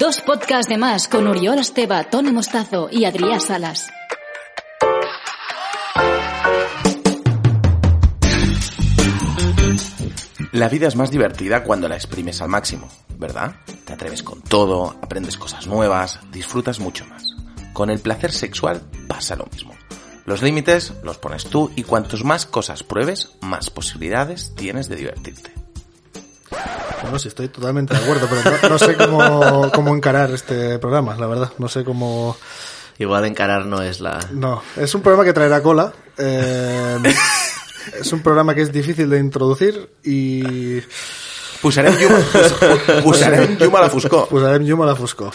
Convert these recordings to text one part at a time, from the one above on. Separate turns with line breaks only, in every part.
Dos podcasts de más con Uriol Esteba, Tony Mostazo y Adrián Salas.
La vida es más divertida cuando la exprimes al máximo, ¿verdad? Te atreves con todo, aprendes cosas nuevas, disfrutas mucho más. Con el placer sexual pasa lo mismo. Los límites los pones tú y cuantos más cosas pruebes, más posibilidades tienes de divertirte.
No sé, estoy totalmente de acuerdo, pero no, no sé cómo, cómo encarar este programa, la verdad. No sé cómo...
Igual encarar no es la...
No, es un programa que traerá cola. eh, es un programa que es difícil de introducir y...
Posarem llum, pos, pos- posarem llum a la foscor.
Posarem llum pues a la foscor.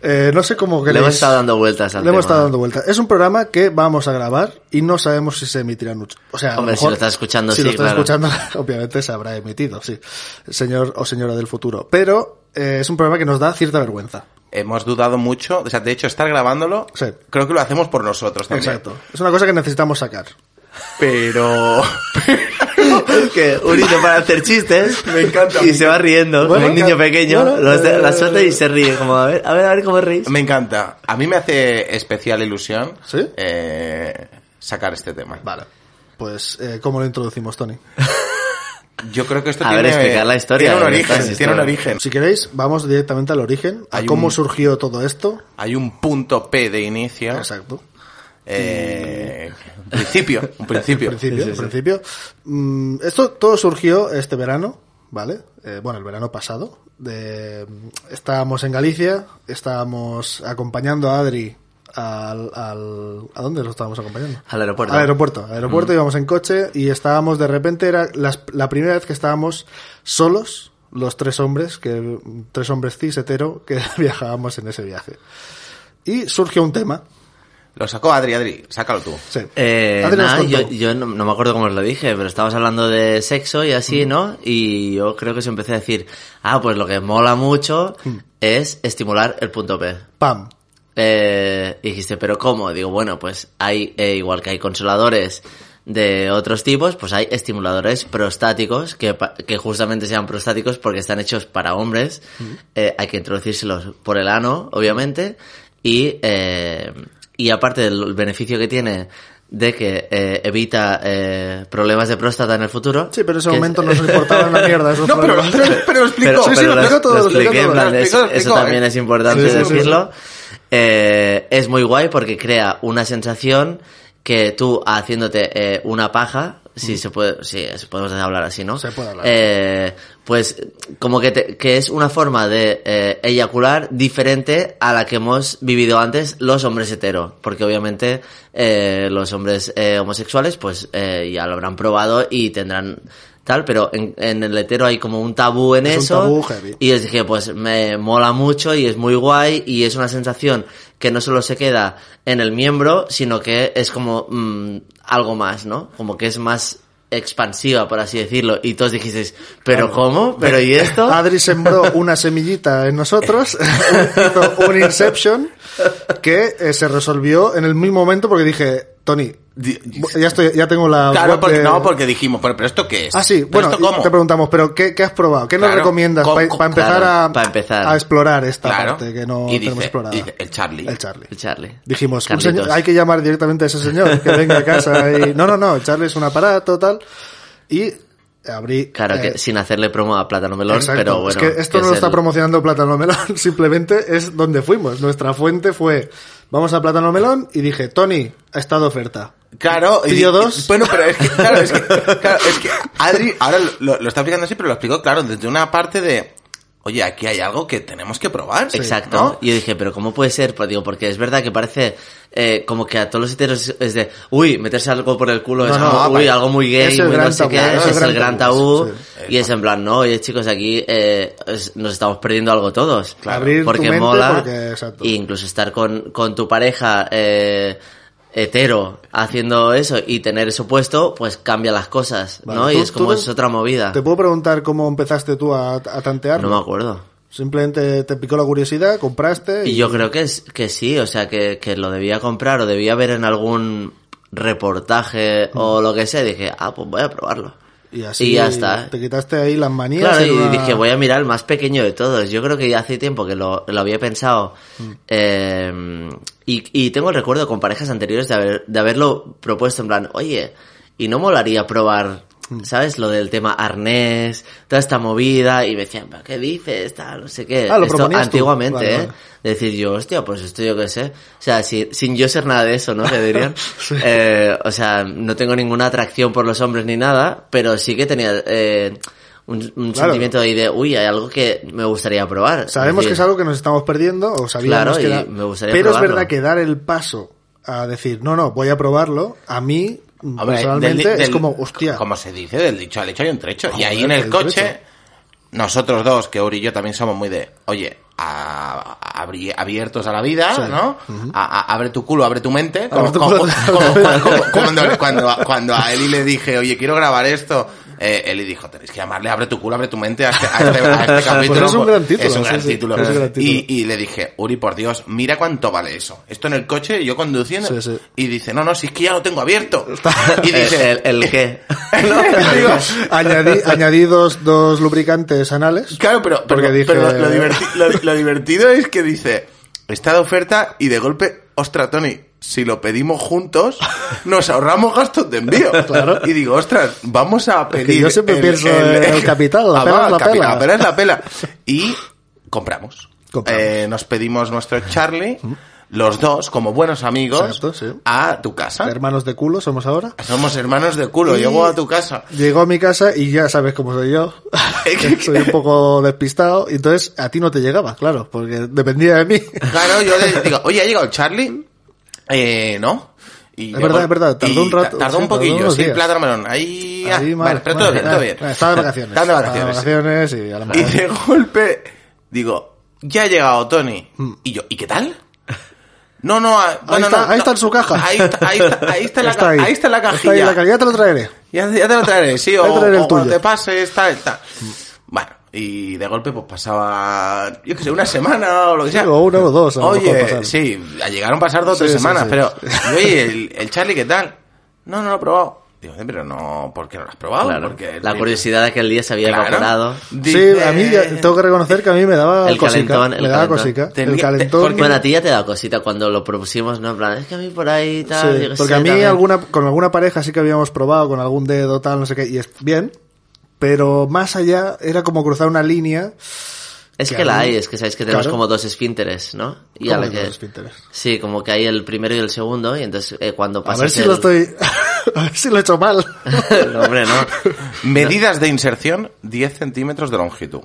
Eh, no sé cómo
Oh. Le
queréis...
hemos estado dando vueltas al
Le hemos
tema.
estado dando vueltas. Es un programa que vamos a grabar y no sabemos si se emitirá en Uch- O sea, a lo
Hombre, si
mejor-
lo estás escuchando,
si
sí,
lo estás
claro.
escuchando, obviamente se habrá emitido, sí. Señor o señora del futuro. Pero eh, es un programa que nos da cierta vergüenza.
Hemos dudado mucho, o sea, de hecho, estar grabándolo,
Sí.
creo que lo hacemos por nosotros también.
Exacto. Es una cosa que necesitamos sacar.
Pero...
Es que Uri no para de hacer chistes
Me encanta.
y se va riendo
Bueno,
como un niño
me encanta.
pequeño
Bueno,
los de-
eh,
la suelta y se ríe como a ver a ver a ver cómo reís
Me encanta. A mí me hace especial ilusión
¿Sí?
eh, sacar este tema.
Vale. Pues, eh, ¿cómo lo introducimos, Tony?
Yo creo que esto
A ver,
tiene,
explicar la historia
tiene un
de
origen,
estas
tiene un
historias.
origen.
Si queréis, vamos directamente al origen, a
Hay
cómo
un-
surgió todo esto.
Hay un punto P de inicio.
Exacto.
Eh, un principio, un principio.
principio, principio. Mm, esto todo surgió este verano, ¿vale? Eh, bueno, el verano pasado. De, estábamos en Galicia, estábamos acompañando a Adri al, al- ¿A dónde lo estábamos acompañando?
al aeropuerto Mm.
Al aeropuerto, al aeropuerto íbamos en coche y estábamos de repente, era las- la primera vez que estábamos solos, los tres hombres, que tres hombres cis hetero que viajábamos en ese viaje. Y surgió un tema.
Lo sacó Adri, Adri, sácalo tú.
Sí.
Eh,
Adri nos
nada,
contó.
yo, yo no, no me acuerdo cómo os lo dije, pero estábamos hablando de sexo y así,
Mm.
¿no? Y yo creo que se empecé a decir, ah, pues lo que mola mucho
Mm.
es estimular el punto P.
Pam.
Eh, y dijiste, ¿pero cómo? Digo, bueno, pues hay, eh, igual que hay consoladores de otros tipos, pues hay estimuladores prostáticos que, pa- que justamente sean prostáticos porque están hechos para hombres.
Mm.
Eh, hay que introducírselos por el ano, obviamente. Y, eh, y aparte del beneficio que tiene de que eh, evita eh, problemas de próstata en el futuro.
Sí, pero en ese
que es-
momento nos importaba una mierda. esos
No, pero,
problemas.
pero lo explico.
pero,
Sí, sí,
pero
lo
lo,
explico todo,
lo
lo explico
expliqué, en
todo.
plan,
Lo
es-
explico, lo
eso
explico,
también
eh.
es importante
Sí, sí, sí,
decirlo. Eh, es muy guay porque crea una sensación que tú haciéndote eh, una paja, si se puede, si es- podemos hablar así, ¿no?
Se puede hablar.
Eh, pues como que, te- que es una forma de eh, eyacular diferente a la que hemos vivido antes los hombres hetero, porque obviamente eh, los hombres eh, homosexuales pues eh, ya lo habrán probado y tendrán tal, pero en, en el hetero hay como un tabú en
Es un
eso
tabú heavy.
y les dije, pues me mola mucho y es muy guay y es una sensación que no solo se queda en el miembro, sino que es como mm, algo más, ¿no? Como que es más expansiva, por así decirlo. Y todos dijisteis, ¿pero cómo? ¿Pero y esto?
Adri sembró una semillita en nosotros, hizo un Inception que eh, se resolvió en el mismo momento porque dije, Tony,
Di-
ya estoy, ya tengo la
Claro,
web
porque,
de-
no, porque dijimos, pero, pero ¿esto qué es?
Ah, sí,
¿Pero
bueno,
¿esto cómo?
te preguntamos, pero ¿qué, qué has probado? ¿Qué nos
Claro,
recomiendas
¿cómo-
para
cómo?
empezar,
Claro,
a,
pa' empezar.
a explorar esta
Claro.
parte que no
Y
tenemos
dice-
explorada?
dice, el Charlie.
El Charlie.
El Charlie.
Dijimos, un
Carlitos.
señor- hay que llamar directamente a ese señor que venga a casa y... No, no, no, el Charlie es un aparato, tal. Y abrí...
Claro,
eh,
que sin hacerle promo a Plátano Melón,
Exacto.
pero bueno.
es que esto
que
no
es
lo está
el-
promocionando Plátano Melón, simplemente es donde fuimos. Nuestra fuente fue, vamos a Plátano Melón y dije, Tony, está de oferta.
Claro, y-
Tío
y-
dos.
Bueno, pero es que, claro, es que, claro, es que Adri ahora lo, lo está explicando así, pero lo explicó, claro, desde una parte de. oye, aquí hay algo que tenemos que probar.
Exacto.
¿no?
Y yo dije, pero ¿cómo puede ser? Pues digo, porque es verdad que parece eh, como que a todos los heteros es de, uy, meterse algo por el culo,
No,
es
no,
como, uy,
vale.
algo muy gay,
Es el
muy no
gran
sé
tabú,
qué,
¿no?
ese es el gran tabú.
sí.
Y es en plan, no, oye chicos, aquí eh, es- nos estamos perdiendo algo todos.
Claro. Abrir tu
porque
mente,
mola.
porque- exacto.
e incluso estar con, con tu pareja eh, hetero haciendo eso y tener eso puesto, pues cambia las cosas,
Vale,
¿no? Y
tú-
es como
tú-
es otra movida.
¿Te puedo preguntar cómo empezaste tú a, a tantear?
No me acuerdo.
Simplemente te picó la curiosidad, compraste y...
Y yo creo que, es, que sí, o sea, que, que lo debía comprar o debía ver en algún reportaje o lo que sea. y Dije, ah, pues voy a probarlo.
y así
y ya está.
te quitaste ahí las manías.
Claro, y
en una-
dije, voy a mirar el más pequeño de todos. Yo creo que ya hace tiempo que lo, lo había pensado.
Mm.
Eh, y, y tengo el recuerdo con parejas anteriores de, haber, de haberlo propuesto en plan, oye, ¿y no molaría probar,
Mm.
sabes, lo del tema arnés, toda esta movida? Y me decían, "¿Pero ¿qué dices? Tal, no sé qué.
Ah, lo
Esto
proponías tú.
antiguamente,
Vale,
¿eh?
vale.
Decir yo, hostia, pues esto yo qué sé. O sea, si- sin yo ser nada de eso, ¿no? Que dirían. Eh, o sea, no tengo ninguna atracción por los hombres ni nada, pero sí que tenía eh, un, un
Claro.
sentimiento ahí de, uy, hay algo que me gustaría probar.
Sabemos
decir,
que es algo que nos estamos perdiendo o sabíamos
Claro,
que
y
era...
me gustaría
Pero es
probarlo.
verdad que dar el paso a decir, no, no, voy a probarlo, a mí mm,
Hombre,
personalmente
del- del-
es como, hostia,
Como se dice, del dicho al hecho hay un trecho. y
Joder,
ahí en el
el
coche,
trecho.
nosotros dos, que Uri y yo también somos muy de, oye, a- abri- abiertos a la vida, ¿no? A- a- abre tu culo, abre tu mente. Como,
tu
como-
culo.
como- como- como cuando, cuando, cuando a Eli le dije, oye, quiero grabar esto. eh, Eli dijo, tenéis que llamarle Abre tu culo, abre tu mente a este, a este- a este capítulo.
es un gran título,
Es un gran
sí, sí,
título.
es un gran título.
Y- y le dije, Uri, por Dios, mira cuánto vale eso. Esto en el coche, yo conduciendo.
Sí, sí.
Y dice, no, no, si es que ya lo tengo abierto. Y dice,
El, el, el qué.
digo,
añadí, añadí dos, dos lubricantes anales.
claro, pero, pero-
Porque dije-
pero lo, lo diverti- lo- lo divertido es que dice, está de oferta y de golpe, ostra, Tony, si lo pedimos juntos, nos ahorramos gastos de envío. Y digo, ostras, vamos a pedir...
yo siempre pienso en el capital, la
Ah,
pela
va,
es la
capi-
pela.
la pela es la pela. Y compramos.
Compramos.
Eh, nos pedimos nuestro Charlie, los dos, como buenos amigos,
Exacto, sí.
a tu casa.
Hermanos de culo somos ahora.
Somos hermanos de culo,
Y-
llego a tu casa.
Llegó a mi casa y ya sabes cómo soy yo. soy un poco despistado. y Entonces a ti no te llegaba, claro, porque dependía de mí.
Claro, yo le digo, oye, ha llegado Charlie. Eh, ¿no? Y
Es verdad, es verdad, tardó
y
un rato,
ta- Tardó
sí,
un
tardó
poquillo,
unos
sí,
días.
plátano melón. Ahí, ah,
Ahí,
vale,
mal,
pero
mal,
todo bien,
mal.
todo bien.
Estaba de vacaciones.
Estaba de
Estaba
vacaciones.
vacaciones y a la
Y
mejor.
de golpe, digo, ya ha llegado Tony. Y yo, ¿y qué tal? No, no, ah, bueno,
está-
no,
Mm. ahí
no.
está en su caja.
Ahí, está- ahí está- ahí está la,
Está
ca- ahí está la
Está
cajilla.
ahí la ca- ya te lo traeré.
Ya, ya te lo traeré, sí, o,
Voy a traer el
o cuando
tuyo.
te pases, tal, tal. Bueno, y de golpe pues pasaba, yo qué sé, una semana o lo que sea.
o una o dos, a lo
Oye,
mejor pasaron.
sí, a- llegaron a pasar dos o
Sí,
tres
sí,
semanas,
sí.
pero, y, oye, el, el Charlie, ¿qué tal? No, no lo he probado. Digo, "Eh, pero no, ¿por qué no lo has probado?
Claro,
Porque
la curiosidad de aquel día se había
Claro.
evaporado.
Sí,
Dice-
a mí ya- tengo que reconocer que a mí me daba
El
cosica.
calentón, el
me daba
calentón.
cosica.
Tenía-
el
te-
calentón.
porque-
Bueno, a ti ya te da cosita cuando lo propusimos, ¿no? En plan, es que a mí por ahí tal.
Sí,
yo qué
porque
sé,
a mí
también.
alguna, con alguna pareja sí que habíamos probado, con algún dedo, tal, no sé qué, y es bien. Pero más allá era como cruzar una línea.
Es
que
que la
a mí-
hay, es que sabéis que tenemos
Claro.
como dos esfínteres, ¿no? Y a
¿Cómo
la
que
que-
dos esfínteres?
Sí, como que hay el primero y el segundo, y entonces eh, cuando
A
pasas
ver si
el-
lo estoy. A ver si lo he hecho mal.
no, hombre, no.
Medidas de inserción, 10 centímetros de longitud.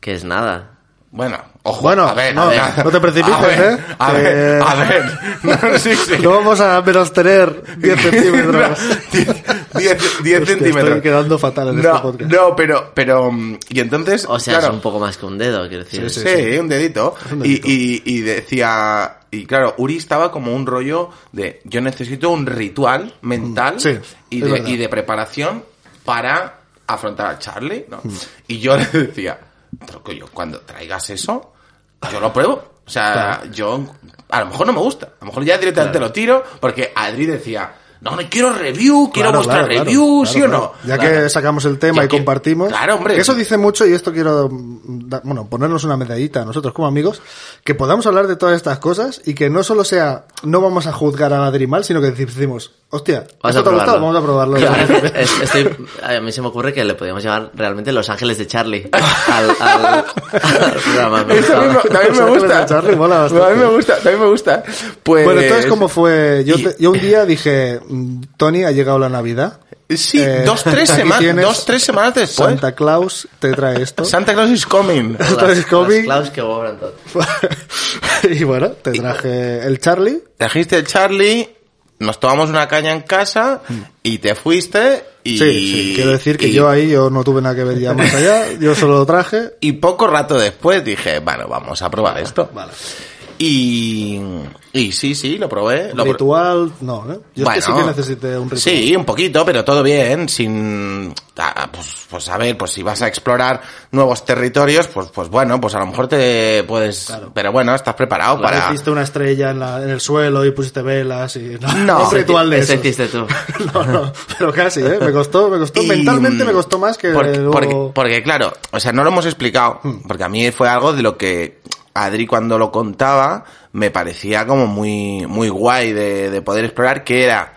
Que es nada.
Bueno, ojo,
Bueno,
a ver,
no,
a ver.
no te precipites,
a ver,
¿eh?
A ver,
Eh,
a ver. No, sí, sí.
No vamos a menos tener 10 centímetros.
10
Hostia,
centímetros.
Estoy quedando fatal
no,
en este podcast.
No, pero, pero, mm, y entonces,
O sea,
claro,
es un poco más que un dedo, quiero decir.
sí,
sí, sí.
un dedito,
un dedito.
Y, y, y decía, y claro, Uri estaba como un rollo de, yo necesito un ritual mental
sí,
y,
es
de,
verdad.
y de preparación para afrontar a Charlie, ¿no?
Mm.
Y yo le decía, troco, yo cuando traigas eso, yo lo pruebo. O sea, yo, a lo mejor no me gusta, a lo mejor ya directamente lo tiro, porque Adri decía, no, no quiero review, quiero
Claro,
vuestra
claro,
review,
claro,
¿sí
claro,
o no?
Ya
Claro.
que sacamos el tema
Ya
y
que-
compartimos.
claro, hombre.
Que Eso dice mucho y esto quiero, mm, da- bueno, ponernos una medallita a nosotros como amigos, que podamos hablar de todas estas cosas y que no solo sea, no vamos a juzgar a Madrid mal, sino que decimos, hostia,
Vamos
¿esto
a
te ha
probarlo.
gustado? Vamos a probarlo.
Claro, es- estoy- a mí se me ocurre que le podríamos llamar realmente Los Ángeles de Charlie al, al- al programa. Me
Eso
gustaba.
mismo, también me gusta.
Los Ángeles de Charlie mola bastante.
A mí me gusta, también me gusta. Pues...
Bueno, entonces, ¿cómo fue? Yo,
Y-
te- yo un día dije, mm, Tony, ha llegado la Navidad.
Sí,
Eh,
dos, tres
aquí
semanas,
tienes
dos, tres semanas después. Santa,
Santa Claus te trae esto.
Claus is coming.
Entonces,
Las-
Kobe-
las claus que cobran todo.
y bueno, te traje el Charlie.
Trajiste el Charlie, nos tomamos una caña en casa y te fuiste y...
Mm. Sí, sí, quiero decir que
y-
yo ahí yo no tuve nada que ver ya más allá, yo solo lo traje.
Y poco rato después dije, bueno, vamos a probar esto.
Vale.
Y, y sí, sí, lo probé. Lo pro-
Ritual, no, ¿no? Yo es que sí
Bueno,
que necesité un ritual.
Sí, un poquito, pero todo bien, sin... ah, pues, pues a ver, pues si vas a explorar nuevos territorios, pues, pues bueno, pues a lo mejor te puedes... Pero bueno, estás preparado
Claro,
para...
Hiciste una estrella en, la- en el suelo y pusiste velas y no,
No.
un ritual de
Eso
esos.
hiciste tú.
No, no, pero casi, ¿eh? Me costó, me costó,
Y, mm,
mentalmente me costó más que
porque,
luego- Hmm.
porque- porque, claro, o sea, no lo hemos explicado, porque a mí fue algo de lo que Adri cuando lo contaba me parecía como muy, muy guay de, de poder explorar, que era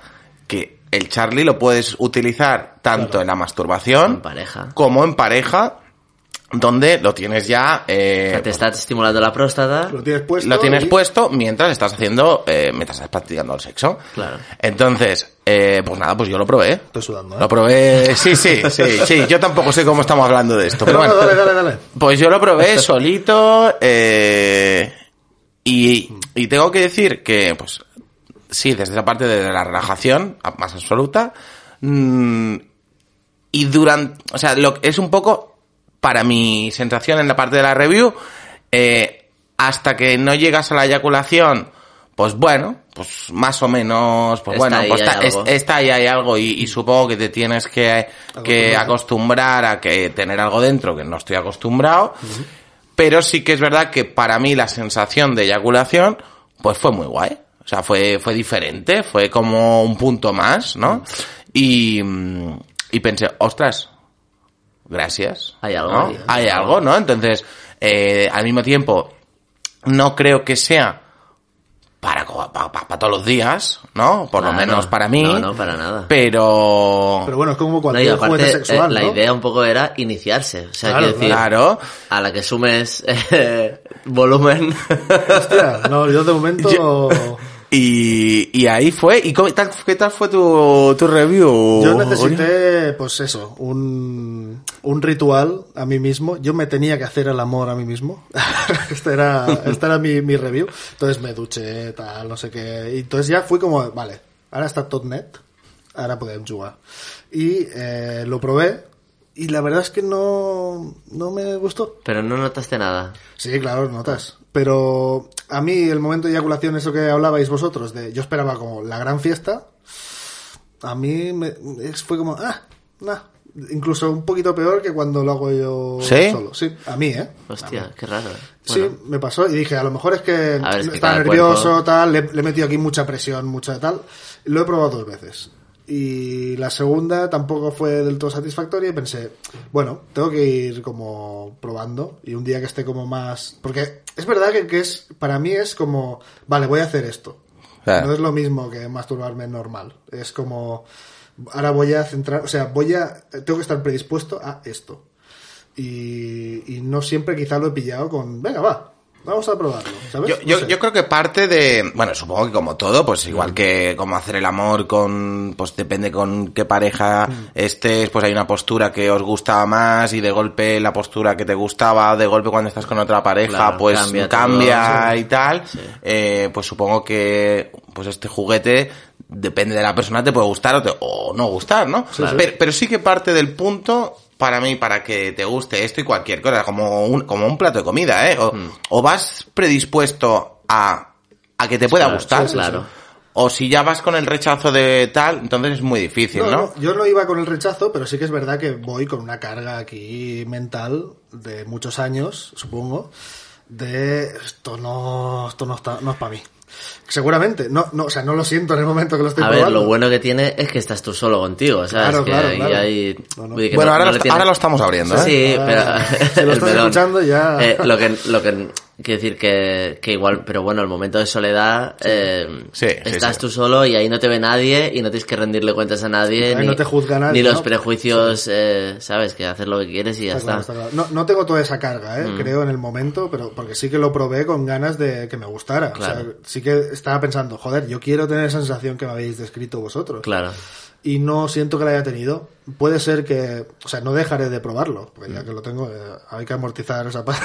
que el Charlie lo puedes utilizar tanto en la masturbación
En pareja.
como en pareja, donde lo tienes ya... eh,
O sea, te estás estimulando la próstata.
Lo tienes puesto.
lo tienes
y-
puesto mientras estás haciendo, eh, mientras estás practicando el sexo.
Claro.
Entonces, eh, pues nada, pues yo lo probé.
Estoy sudando, ¿eh?
Lo probé, sí, sí, sí, sí. Yo tampoco sé cómo estamos hablando de esto,
Pero
pero
no, dale,
bueno.
dale, dale.
Pues yo lo probé solito eh, y, y tengo que decir que, pues, sí, desde la parte de la relajación a- más absoluta mm, y durante, o sea, lo, es un poco para mi sensación en la parte de la review eh, hasta que no llegas a la eyaculación, pues bueno, pues más o menos, pues
Está
bueno,
ahí,
pues
hay
está, es-
algo.
está ahí hay algo y, y supongo que te tienes que, que acostumbrar a que tener algo dentro que no estoy acostumbrado, pero sí que es verdad que para mí la sensación de eyaculación, pues fue muy guay. O sea, fue, fue diferente, fue como un punto más, ¿no? Y, mm, y pensé, ostras, gracias.
Hay algo
¿no?
ahí.
Hay algo, ¿no? Entonces, eh, al mismo tiempo, no creo que sea para, co- pa- pa- para, todos los días, ¿no? Por lo
Claro,
menos para mí.
no, no, para nada.
Pero...
Pero bueno, es como
No, y
cualquier
aparte,
juguete
eh,
sexual,
la
¿no?
idea un poco era iniciarse. O sea,
Claro,
quiero decir,
claro.
a la que sumes eh, volumen.
Hostia, no, yo de momento...
Y, y ahí fue. ¿Y cómo- tal- qué tal fue tu, tu review?
Yo necesité, pues eso, un, un ritual a mí mismo. Yo me tenía que hacer el amor a mí mismo. esta era, esta era mi, mi review. Entonces me duché, tal, no sé qué. Y entonces ya fui como, vale, ahora está tot net, ahora podem jugar. Y eh, lo probé y la verdad es que no, no me gustó.
pero no notaste nada.
Sí, claro, notas. Pero a mí el momento de eyaculación, eso que hablabais vosotros, de yo esperaba como la gran fiesta, a mí me, es- fue como, ah, nah. Incluso un poquito peor que cuando lo hago yo
¿Sí?
solo. Sí, a mí, ¿eh?
Hostia, qué raro. eh.
Sí,
Bueno,
me pasó y dije, a lo mejor es que
A ver, es que
estaba
cada
nervioso,
cuerpo-
tal, le, le he metido aquí mucha presión, mucha tal. Lo he probado dos veces. Y la segunda tampoco fue del todo satisfactoria y pensé, bueno, tengo que ir como probando y un día que esté como más... Porque es verdad que, que es para mí es como, vale, voy a hacer esto.
Claro.
No es lo mismo que masturbarme normal. Es como, ahora voy a centrar, o sea, voy a... Tengo que estar predispuesto a esto y, y no siempre quizá lo he pillado con, venga, va, vamos a probarlo, ¿sabes?
Yo,
No
yo,
sé.
yo creo que parte de, bueno, supongo que como todo, pues igual que como hacer el amor con, pues depende con qué pareja
Mm.
estés, pues hay una postura que os gustaba más y de golpe la postura que te gustaba, de golpe cuando estás con otra pareja,
Claro,
pues
cambia
cambia,
todo, sí.
y tal, eh, pues supongo que, pues este juguete, depende de la persona, te puede gustar o, te- o no gustar, ¿no? Pero, pero sí que parte del punto, para mí, para que te guste esto y cualquier cosa, como un, como un plato de comida, ¿eh? O,
Mm.
o vas predispuesto a, a que te pueda
Claro,
gustar.
sí, sí, claro.
O si ya vas con el rechazo de tal, entonces es muy difícil,
No,
¿no?
no, yo no iba con el rechazo, pero sí que es verdad que voy con una carga aquí mental de muchos años, supongo, de esto no, esto no, está, no es para mí. Seguramente, no, no, o sea, no lo siento en el momento que lo estoy
A ver,
probando.
lo bueno que tiene es que estás tú solo contigo, ¿sabes?
Claro,
que
claro,
ahí
claro.
hay-
No, no.
Voy a que
Bueno,
no-
ahora, lo,
no le
est-
tienes-
ahora lo estamos abriendo, ¿eh?
Sí,
Ah,
pero...
si lo
el
estás
melón.
escuchando ya-
Eh, lo que, lo que... Quiero decir que, que igual, pero bueno, el momento de soledad... eh,
Sí, sí,
estás
sí.
tú solo y ahí no te ve nadie y no tienes que rendirle cuentas a nadie.
Ahí
ni,
no te juzga nadie,
Ni los
¿no?
prejuicios, eh, ¿sabes? Que haces lo que quieres y ya
Está claro,
está. Mm.
está claro. Pues No, no tengo toda esa carga, ¿eh? creo, en el momento, pero porque sí que lo probé con ganas de que me gustara. O sea,
Claro.
sí que estaba pensando, joder, yo quiero tener esa sensación que me habéis descrito vosotros.
Claro.
y no siento que la haya tenido. Puede ser que, o sea, no dejaré de probarlo, porque
Mm.
ya que lo tengo, eh, hay que amortizar esa parte.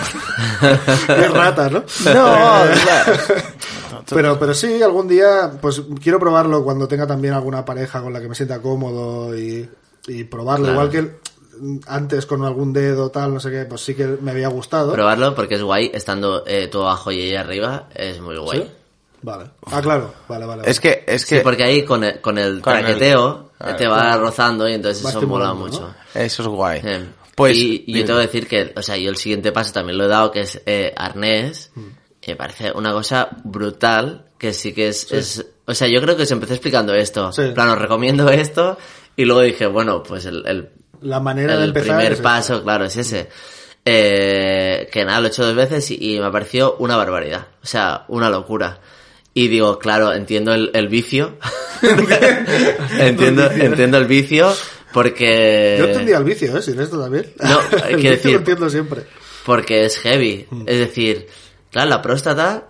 es rata, ¿no?
No,
Eh,
claro.
pero, pero sí, algún día, pues quiero probarlo cuando tenga también alguna pareja con la que me sienta cómodo y, y probarlo.
Claro.
Igual que el- antes con algún dedo, tal, no sé qué, pues sí que me había gustado.
Probarlo porque es guay, estando eh, tú abajo y ella arriba, es muy guay.
¿Sí? Vale. Ah, claro. Vale, vale. vale.
Es que, es
Sí,
que
porque ahí con el, con el
Con el-
traqueteo
claro.
te va rozando y entonces
Va
eso mola
estimulando,
mucho.
¿no?
eso es guay.
Eh,
Pues,
y, y yo
dime.
tengo que decir que, o sea, yo el siguiente paso también lo he dado, que es eh, arnés.
Mm.
Me parece una cosa brutal, que sí que es, es- O sea, yo creo que os empecé explicando esto.
Sí.
En plan, os recomiendo esto. Y luego dije, bueno, pues el, el-
la manera de
el
empezar.
primer
es esta.
paso, claro, es ese. Eh, que nada, lo he hecho dos veces y, y me pareció una barbaridad. O sea, una locura. Y digo, claro, entiendo el, el vicio. entiendo, entiendo el vicio porque...
Yo entendía el vicio, ¿eh? Sin esto también.
No,
el
quiero
vicio
decir-
lo entiendo siempre.
porque es heavy. Es decir, claro, la próstata,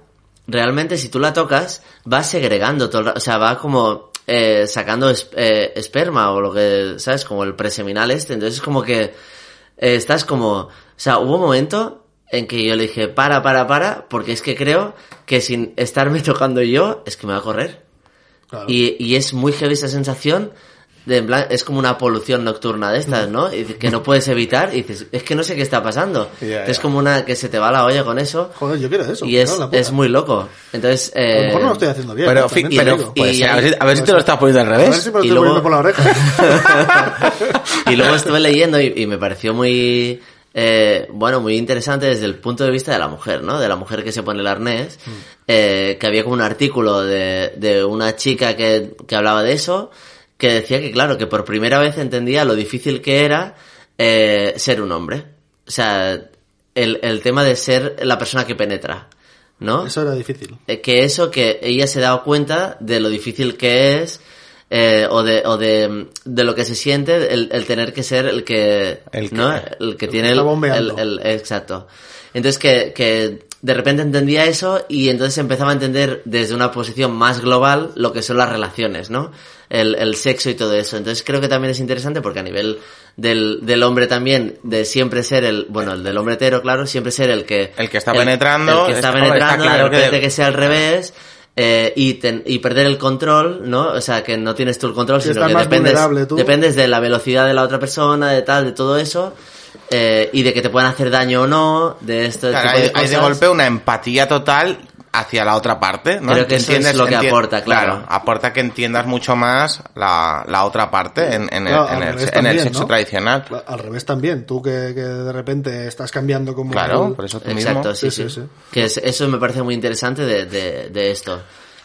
realmente si tú la tocas, va segregando todo el ra- o sea, va como eh, sacando es- eh, esperma o lo que, ¿sabes? Como el preseminal este, entonces es como que eh, estás como, o sea, hubo un momento en que yo le dije, para, para, para, porque es que creo que sin estarme tocando yo, es que me va a correr.
Claro.
Y, y es muy heavy esa sensación. De, en plan, es como una polución nocturna de estas, ¿no? Y que no puedes evitar y dices, es que no sé qué está pasando.
Ya,
Es
ya.
como una que se te va la olla con eso.
Joder, yo quiero eso.
y es,
¿no? La puta.
es muy loco. Entonces,
A lo
eh,
mejor no lo estoy haciendo bien.
Pero,
¿eh? También
fi-
te
pero,
digo.
puede
Y
ser, a
ahí-
ver si, a ver si te lo estás poniendo al
a ver
revés.
si me lo
y
estoy poniendo
luego-
por la oreja.
y luego estuve leyendo y, y me pareció muy, eh, bueno, muy interesante desde el punto de vista de la mujer, ¿no? De la mujer que se pone el arnés, eh, que había como un artículo de, de una chica que, que hablaba de eso, que decía que, claro, que por primera vez entendía lo difícil que era eh, ser un hombre. O sea, el, el tema de ser la persona que penetra, ¿no?
Eso era difícil.
Eh, que eso que ella se ha dado cuenta de lo difícil que es eh, o de o de, de lo que se siente el, el tener que ser el que
El que-
¿no? el que tiene el,
está bombeando.
el- el- exacto entonces que, que de repente entendía eso y entonces empezaba a entender desde una posición más global lo que son las relaciones no el, el sexo y todo eso entonces creo que también es interesante porque a nivel del, del hombre también de siempre ser el bueno el del hombre hetero claro siempre ser el que
El que está penetrando,
el que
está-
está
hombre, está
penetrando de
claro que-
repente que sea al revés eh, y, ten- y perder el control, ¿no? O sea, que no tienes tú el control,
Que
sino
estás
que
más
dependes,
vulnerable tú.
dependes de la velocidad de la otra persona, de tal, de todo eso, eh, y de que te puedan hacer daño o no, de esto, este
Claro,
tipo
hay,
de
hay de
cosas.
golpe una empatía total hacia la otra parte, ¿no?
Creo que eso es lo que aporta, claro.
Aporta que entiendas mucho más la, la otra parte en, en el-
Claro,
en
al
el,
revés
en el
también,
sexo
¿no?
tradicional.
Al revés también. Tú que, que de repente estás cambiando como...
Claro,
el-
por eso tú mismo.
Exacto, sí,
Sí,
sí.
sí, sí.
Que es- eso me parece muy interesante de, de, de esto.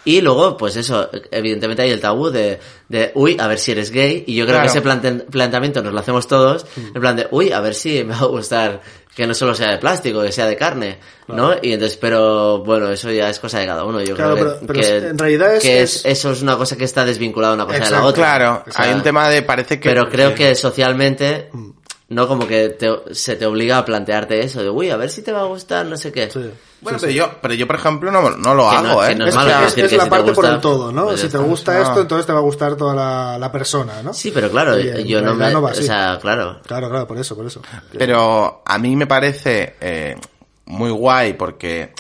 Y luego, pues eso, evidentemente hay el tabú de, de uy, a ver si eres gay. Y yo creo
Claro.
que ese plante- planteamiento nos lo hacemos todos,
Mm.
en plan de, uy, a ver si me va a gustar que no solo sea de plástico, que sea de carne, ¿no? Y entonces, pero bueno, eso ya es cosa de cada uno. Yo
Claro,
creo
pero-
que,
pero
que-
es- en realidad es-
que es-
es-
eso es una cosa que está desvinculada una cosa de la
Exacto,
otra.
Claro,
O sea,
hay un tema de parece que...
pero creo que socialmente, no como que te- se te obliga a plantearte eso de, uy, a ver si te va a gustar, no sé qué.
Sí.
Bueno, pero, Yo, pero yo, por ejemplo, no, no lo
Que no-
hago, ¿eh?
que no es
Es,
malo
es-
decir
es
que
la
si te
parte por
gusta,
el todo, ¿no?
pues ya
si te
está.
gusta
No.
esto, entonces te va a gustar toda la, la persona, ¿no?
Sí, pero claro,
Y en
yo no me...
realidad va
o
así.
sea, claro.
Claro, claro, por eso, por eso.
Pero a mí me parece eh, muy guay porque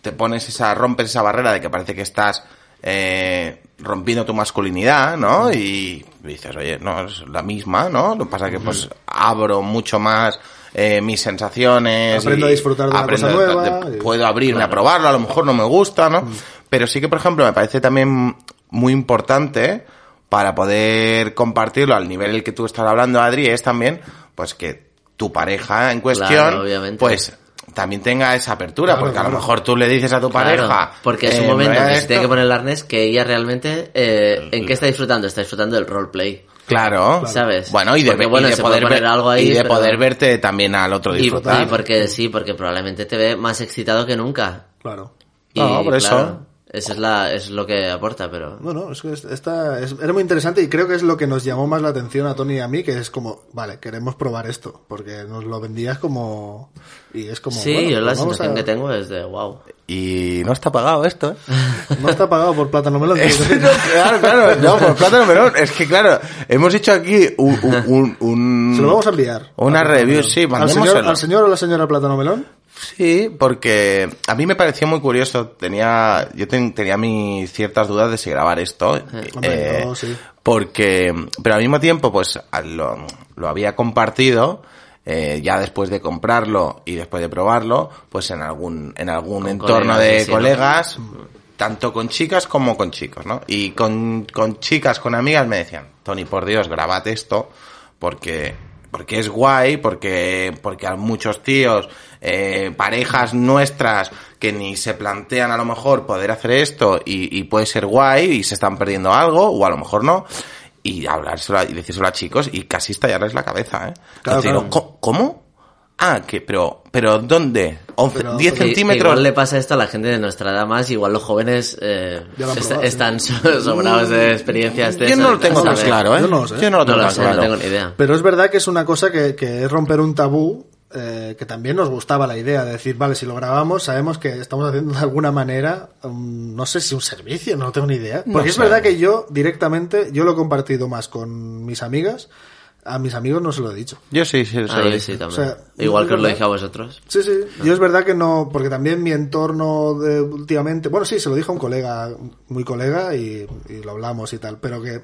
te pones esa, rompes esa barrera de que parece que estás eh, rompiendo tu masculinidad, ¿no? Y dices, oye, no es la misma, ¿no? Lo que pasa es que pues abro mucho más eh, mis sensaciones.
Aprendo
y
a disfrutar de una
aprendo
cosa
de- de-
nueva y-
puedo abrirme a probarlo, a lo mejor no me gusta, ¿no?
Mm.
Pero sí que, por ejemplo, me parece también muy importante para poder compartirlo al nivel el que tú estás hablando, Adri, es también, pues que tu pareja en cuestión,
obviamente.
pues también tenga esa apertura,
Claro,
porque a lo
claro.
mejor tú le dices a tu
Claro,
pareja.
porque es
eh,
un
me
momento
voy a
que se
esto.
tiene que poner el arnés que ella realmente... eh, ¿En qué está disfrutando? Está disfrutando del roleplay.
Claro.
¿Sabes?
Bueno, y de,
Porque,
y
bueno,
de
se puede
poder,
poner
ver-
algo ahí,
y de
pero-
poder verte también al otro
Y,
disfrutar.
y porque sí, porque probablemente te ve más excitado que nunca.
Claro.
Y,
No, por eso.
claro, Eso es, la, es lo que aporta, pero...
Bueno, es que es- está, es- era muy interesante y creo que es lo que nos llamó más la atención a Tony y a mí, que es como, vale, queremos probar esto, porque nos lo vendías como... Y es como...
sí,
bueno,
yo la
pues vamos a-
sensación que tengo es de, wow.
Y no está pagado esto, ¿eh?
No está pagado por plátano melón. digo,
Este no, claro, claro, no, por plátano melón. Es que, claro, hemos hecho aquí un. un- un- un-
Se lo vamos a enviar.
Una
Al
review,
plátano
sí,
melón. al
mandémoselo.
señor, al señor o la señora plátano melón.
Sí, porque a mí me pareció muy curioso. Tenía, yo ten- tenía mis ciertas dudas de si grabar esto.
Eh,
eh,
Hombre, no, sí.
Porque, pero al mismo tiempo, pues al- lo, lo había compartido. eh, ya después de comprarlo y después de probarlo, pues en algún, en algún entorno
colegas,
de
sí, sí, ¿no?
colegas, tanto con chicas como con chicos, ¿no? Y con, con chicas, con amigas me decían, Tony, por Dios, grabate esto, porque, porque es guay, porque, porque a muchos tíos, eh, parejas nuestras que ni se plantean a lo mejor poder hacer esto y, y puede ser guay y se están perdiendo algo, o a lo mejor no, y hablárselo a- y decírselo a chicos y casi estallarles la cabeza, ¿eh?
Claro,
Entonces digo,
claro.
"Co- ¿cómo? Ah, que, pero, pero ¿dónde? 11,
Pero-
10
pero-
Que- que
centímetros.
Igual le pasa esto a la gente de nuestra edad más, igual los jóvenes eh,
Ya lo han
est-
probado, sí.
están so- sobrados de experiencias de
Yo no
esas,
lo tengo
a
tan
saber.
claro, ¿eh?
Yo no lo sé.
Yo no lo
No
tengo
lo
tan
sé, no
claro.
tengo ni idea.
Pero es verdad que es una cosa que, que es romper un tabú eh, que también nos gustaba la idea de decir, vale, si lo grabamos sabemos que estamos haciendo de alguna manera, um, no sé si un servicio, no tengo ni idea. Porque es
sé.
verdad que yo directamente, yo lo he compartido más con mis amigas, a mis amigos no se lo he dicho.
Yo sí, sí,
Ah,
sí.
yo sí, también.
O sea, Ah,
igual
no,
que os lo
¿verdad?
dije a vosotros.
Sí, sí. Yo es verdad que no, porque también mi entorno de últimamente, bueno, sí, se lo dijo a un colega, muy colega, y, y lo hablamos y tal, pero que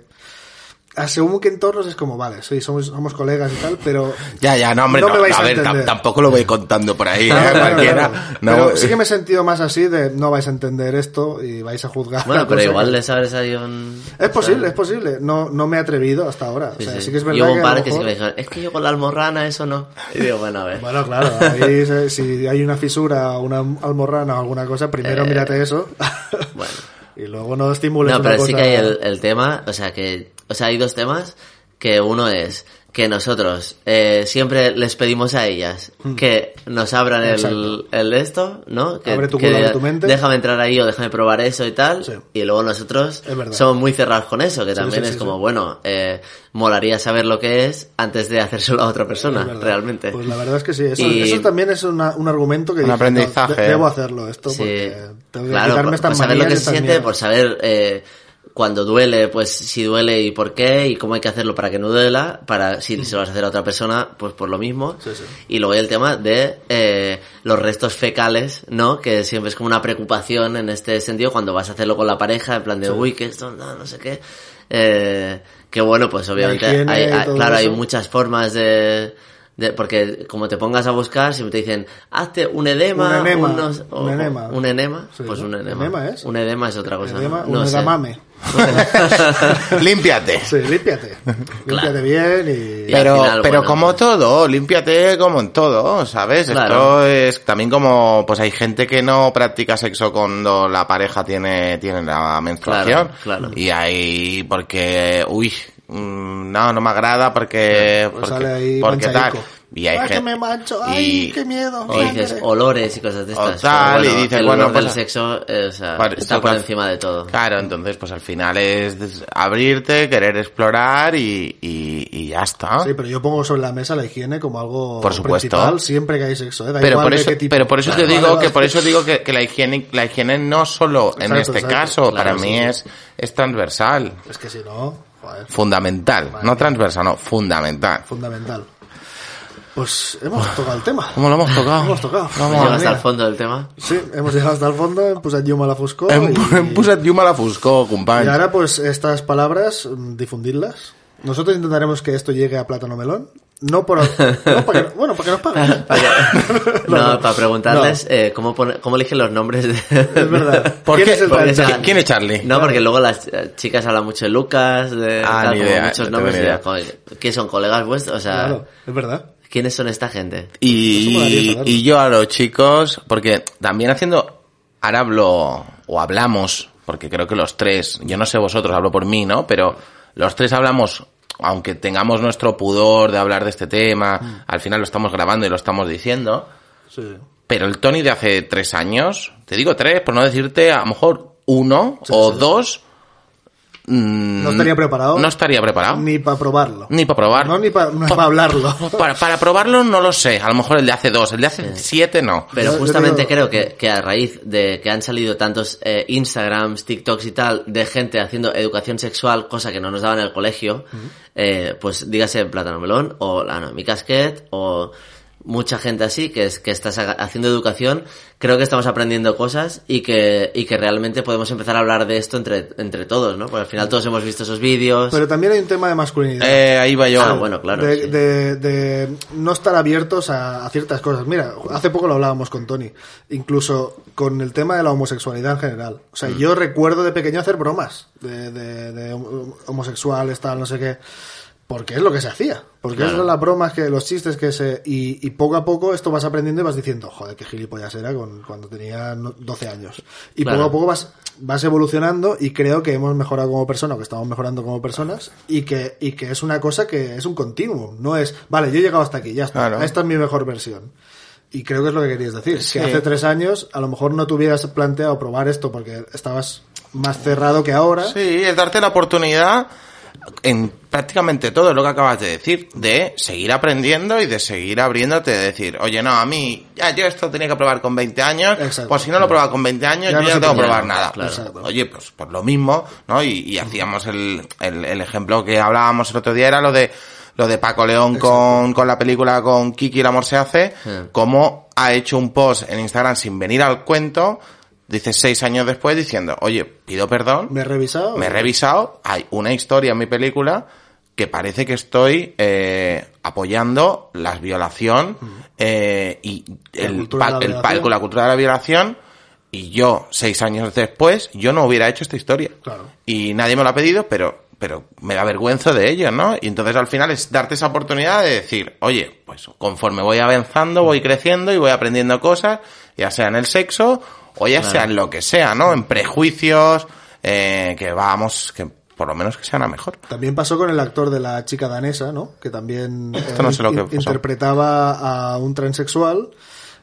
a según qué entornos es como, vale, sí, somos, somos colegas y tal, pero...
Ya, ya, no, hombre,
No
no,
me vais
a
a
ver, tam-
entender.
tampoco lo voy contando por ahí,
Claro,
¿eh?
claro,
cualquiera.
claro.
No,
Pero sí que me he sentido más así de no vais a entender esto y vais a juzgar.
Bueno,
la
pero
cosa
igual
pues que-
les habrá salido un...
Es posible, es posible. No, no me he atrevido hasta ahora.
Sí,
o sea, sí.
sí.
que es
y
verdad
hubo
que
un
a
par
lo
que sí que me
mejor-
dijeron, es que yo con la almorrana eso no. Y digo, bueno, a ver.
Bueno, claro, ahí se- si hay una fisura o una almorrana o alguna cosa, primero mírate eso.
bueno.
y luego no estimules
Eh. No,
una
pero sí
cosa-
que hay el, el tema, o sea que, o sea, hay dos temas que uno es que nosotros eh, siempre les pedimos a ellas que nos abran el,
Mm. Exacto.
el esto, ¿no? Que,
Abre tu
que
culo, abre tu mente.
déjame entrar ahí o déjame probar eso y tal.
Sí.
Y luego nosotros
Es verdad.
somos muy cerrados con eso, que también
sí,
es
sí,
como,
sí.
bueno, eh, molaría saber lo que es antes de hacérselo a otra persona,
Es verdad.
realmente.
Pues la verdad es que sí. Eso,
Y-
eso también es una- un argumento que
Un
dije, no, de-
aprendizaje.
debo hacerlo esto
Sí.
porque tengo que
claro,
quitarme
por,
estas
por saber lo
manías
que
y
se
estas
siente,
mierdas.
por saber eh, cuando duele, pues si duele y por qué, y cómo hay que hacerlo para que no duela, para si se lo vas a hacer a otra persona, pues por lo mismo.
Sí, sí.
Y luego hay el tema de eh, los restos fecales, ¿no? Que siempre es como una preocupación en este sentido cuando vas a hacerlo con la pareja, en plan de, uy, que esto, no, no sé qué. Eh, que bueno, pues obviamente,
higiene
hay-
y
hay-
todo
claro, hay
eso.
muchas formas de... de- porque como te pongas a buscar, siempre te dicen, hazte un E edema,
Un enema,
un no sé- o-
un
o-
enema.
un enema,
Sí,
pues
¿no?
un enema.
Enema es.
Un edema es otra cosa.
Edema,
¿no?
un
No sé.
edamame.
Límpiate.
Sí, límpiate. límpiate bien y...
Y al
Pero,
final,
pero
bueno,
como
pues-
todo, límpiate como en todo, ¿sabes?
Claro.
Esto es también como, pues hay gente que no practica sexo cuando la pareja tiene, tiene la menstruación.
Claro, claro.
Y ahí, porque, uy, mm, no, no me agrada porque,
pues
porque,
sale ahí
porque tal.
manchadico.
Y hay
Ay, que
gen-
me mancho, ay,
y-
qué miedo.
O dices olores y cosas de
O
estas.
tal,
pero
y dices,
el
bueno,
olor del
pasa-
sexo eh, o sea,
Vale,
está
esto
por
que-
encima de todo.
Claro, entonces pues al final es des- abrirte, querer explorar y, y, y ya está.
Sí, pero yo pongo sobre la mesa la higiene como algo
Por supuesto.
principal siempre que hay sexo, ¿eh? Da
pero
igual
por
de
eso,
qué tipo.
pero por eso te
Vale,
digo
vale,
que
vale.
por eso digo que, que la higiene, la higiene no solo en
Exacto,
este
exacto.
caso,
Claro,
para
sí,
mí
sí.
es, es transversal,
Es que si no, joder,
fundamental,
Vale.
no transversal, no, fundamental.
fundamental. Pues hemos tocado el tema.
¿Cómo lo hemos tocado?
Hemos tocado.
Vamos
Madre
Llegas hasta
mía.
el fondo del tema.
Sí, hemos llegado hasta el fondo, hem posat llum a la foscor
Em, em
y,
posat llum a la foscor,
y
companys.
ahora pues estas palabras mm, difundirlas. Nosotros intentaremos que esto llegue a Plátano Melón. No por... no, para que- bueno, para que nos paguen.
No, para preguntarles eh, cómo, pone- cómo eligen los nombres de...
Es verdad.
¿Por
¿Quién
qué?
es el
¿Por
padre?
qué? ¿Quién- quién es Charlie?
No, porque luego las eh, chicas hablan mucho de Lucas, de
Ah,
tal,
ni
como
idea, no
muchos
tengo
nombres.
ni
y
idea.
ya, joder, ¿Qué son colegas vuestros? O sea,
Ah.
Claro, es verdad.
¿quiénes son esta gente?
Pues Eso molaría
Y,
saberlo.
y yo a los chicos, porque también haciendo, ahora hablo o hablamos, porque creo que los tres, yo no sé vosotros, hablo por mí, ¿no? Pero los tres hablamos, aunque tengamos nuestro pudor de hablar de este tema,
Mm.
al final lo estamos grabando y lo estamos diciendo,
Sí.
pero el Tony de hace tres años, te digo tres, por no decirte a lo mejor uno
Sí,
o
sí.
dos mm,
No estaría preparado.
No estaría preparado.
Ni para probarlo.
Ni para probar.
No, ni para hablarlo.
Para, para probarlo no lo sé. A lo mejor el de hace dos, el de hace siete no.
Yo-
Pero
yo
justamente
tengo-
creo que, que a raíz de que han salido tantos eh, Instagrams, TikToks y tal, de gente haciendo educación sexual, cosa que no nos daban en el colegio, eh, pues dígase plátano melón o la no, mi casquet o mucha gente así que, es, que está saca- haciendo educación, creo que estamos aprendiendo cosas y que, y que realmente podemos empezar a hablar de esto entre, entre todos, ¿no? Porque al final todos hemos visto esos vídeos.
Pero también hay un tema de masculinidad.
Eh, ahí va yo.
Ah, bueno, claro.
de,
sí.
de- de no estar abiertos a, a ciertas cosas. Mira, hace poco lo hablábamos con Tony, incluso con el tema de la homosexualidad en general. O sea,
Mm.
yo recuerdo de pequeño hacer bromas de, de- de hom- homosexuales, tal, no sé qué. Porque es lo que se hacía. Porque
Claro.
esas eran las bromas, que los chistes que se... Y, y poco a poco esto vas aprendiendo y vas diciendo, joder, qué gilipollas era con- cuando tenía no- 12 años. Y
Claro.
poco a poco vas, vas evolucionando y creo que hemos mejorado como persona, o que estamos mejorando como personas, y que, y que es una cosa que es un continuo. No es, vale, yo he llegado hasta aquí, ya está.
Claro.
Esta es mi mejor versión. Y creo que es lo que querías decir.
Sí.
Que hace tres años a lo mejor no te hubieras planteado probar esto porque estabas más cerrado que ahora.
Sí, es darte la oportunidad en prácticamente todo lo que acabas de decir, de seguir aprendiendo y de seguir abriéndote, de decir, oye, no, a mí, ya yo esto tenía que probar con 20 años,
Exacto.
pues si no lo probaba con 20 años,
Ya
yo
no
ya
se
no tengo que
podía,
probar nada.
claro. Exacto.
Oye, pues por lo mismo, ¿no? Y, y hacíamos el, el, el ejemplo que hablábamos el otro día, era lo de lo de Paco León con, con la película con Kiki el amor se hace, como ha hecho un post en Instagram sin venir al cuento, dice seis años después diciendo, oye, pido perdón,
Me he revisado.
me he revisado, hay una historia en mi película que parece que estoy eh, apoyando la violación eh, y
La
el,
cultura de la
pa- el pa-
violación.
la cultura de la violación y yo, seis años después, yo no hubiera hecho esta historia.
Claro.
Y nadie me lo ha pedido, pero, pero me da vergüenza de ello, ¿no? Y entonces al final es darte esa oportunidad de decir, oye, pues conforme voy avanzando, voy creciendo y voy aprendiendo cosas, ya sea en el sexo o ya sea en lo que sea, ¿no? En prejuicios, eh, que vamos, que por lo menos que sean a mejor.
También pasó con el actor de la chica danesa, ¿no? Que también eh,
no sé lo que
in-
pasó.
interpretaba a un transexual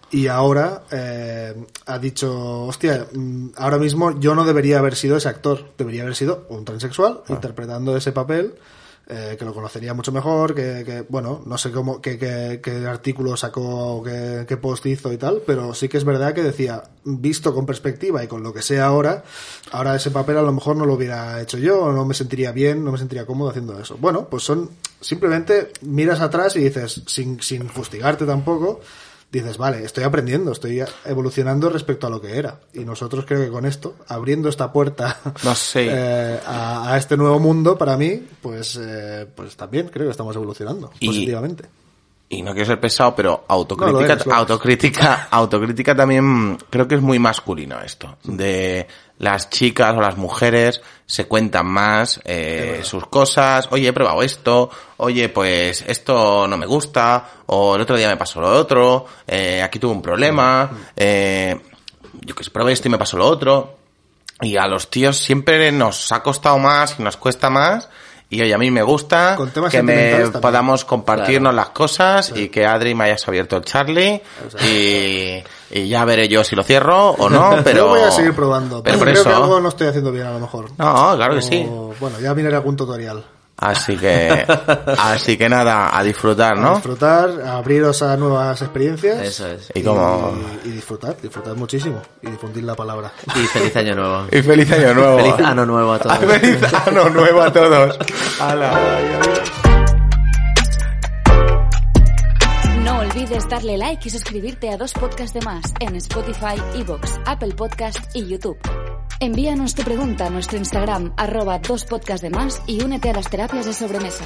y ahora eh, ha dicho, hostia, mm, ahora mismo yo no debería haber sido ese actor, debería haber sido un transexual
Ah.
interpretando ese papel. eh, que lo conocería mucho mejor, que, que, bueno, no sé cómo, qué, qué- qué artículo sacó o qué, qué post hizo y tal, pero sí que es verdad que decía, visto con perspectiva y con lo que sea ahora, ahora ese papel a lo mejor no lo hubiera hecho yo, o no me sentiría bien, no me sentiría cómodo haciendo eso. Bueno, pues son, simplemente miras atrás y dices, sin, sin fustigarte tampoco, dices, vale, estoy aprendiendo, estoy evolucionando respecto a lo que era. Y nosotros creo que con esto, abriendo esta puerta
No sé.
eh, a, a este nuevo mundo, para mí, pues, eh, pues también creo que estamos evolucionando
Y-
positivamente.
y no quiero ser pesado, pero autocrítica,
No, lo eres, lo eres.
autocrítica, autocrítica también mm, creo que es muy masculino esto. De las chicas o las mujeres se cuentan más eh, sus cosas. Oye, he probado esto. Oye, pues esto no me gusta. O el otro día me pasó lo otro. eh, aquí tuve un problema. eh, yo que sé, probé esto y me pasó lo otro. Y a los tíos siempre nos ha costado más y nos cuesta más. Y oye, a mí me gusta
Con temas
que me
sentimentales también.
podamos podamos compartirnos las cosas y que Adri me hayas abierto el Charlie y, y ya veré yo si lo cierro o no, pero...
Yo voy a seguir probando,
Pero por
pero creo que algo
eso...
no estoy haciendo bien a lo mejor.
No, claro que sí.
O, Bueno, ya miraré algún tutorial.
Así que... Así que nada, a disfrutar,
A
¿no?
disfrutar, a abriros a nuevas experiencias.
Eso es.
Y como...
Y, y disfrutar, disfrutar muchísimo y difundir la palabra.
Y feliz año nuevo.
Y feliz año nuevo.
Feliz Ah, ano nuevo a todos.
Feliz ano nuevo a todos. Hala.
No olvides darle like y suscribirte a dos podcasts de más en Spotify, Evox, Apple Podcast y YouTube. Envíanos tu pregunta a nuestro Instagram, arroba dos podcasts de más y únete a las terapias de sobremesa.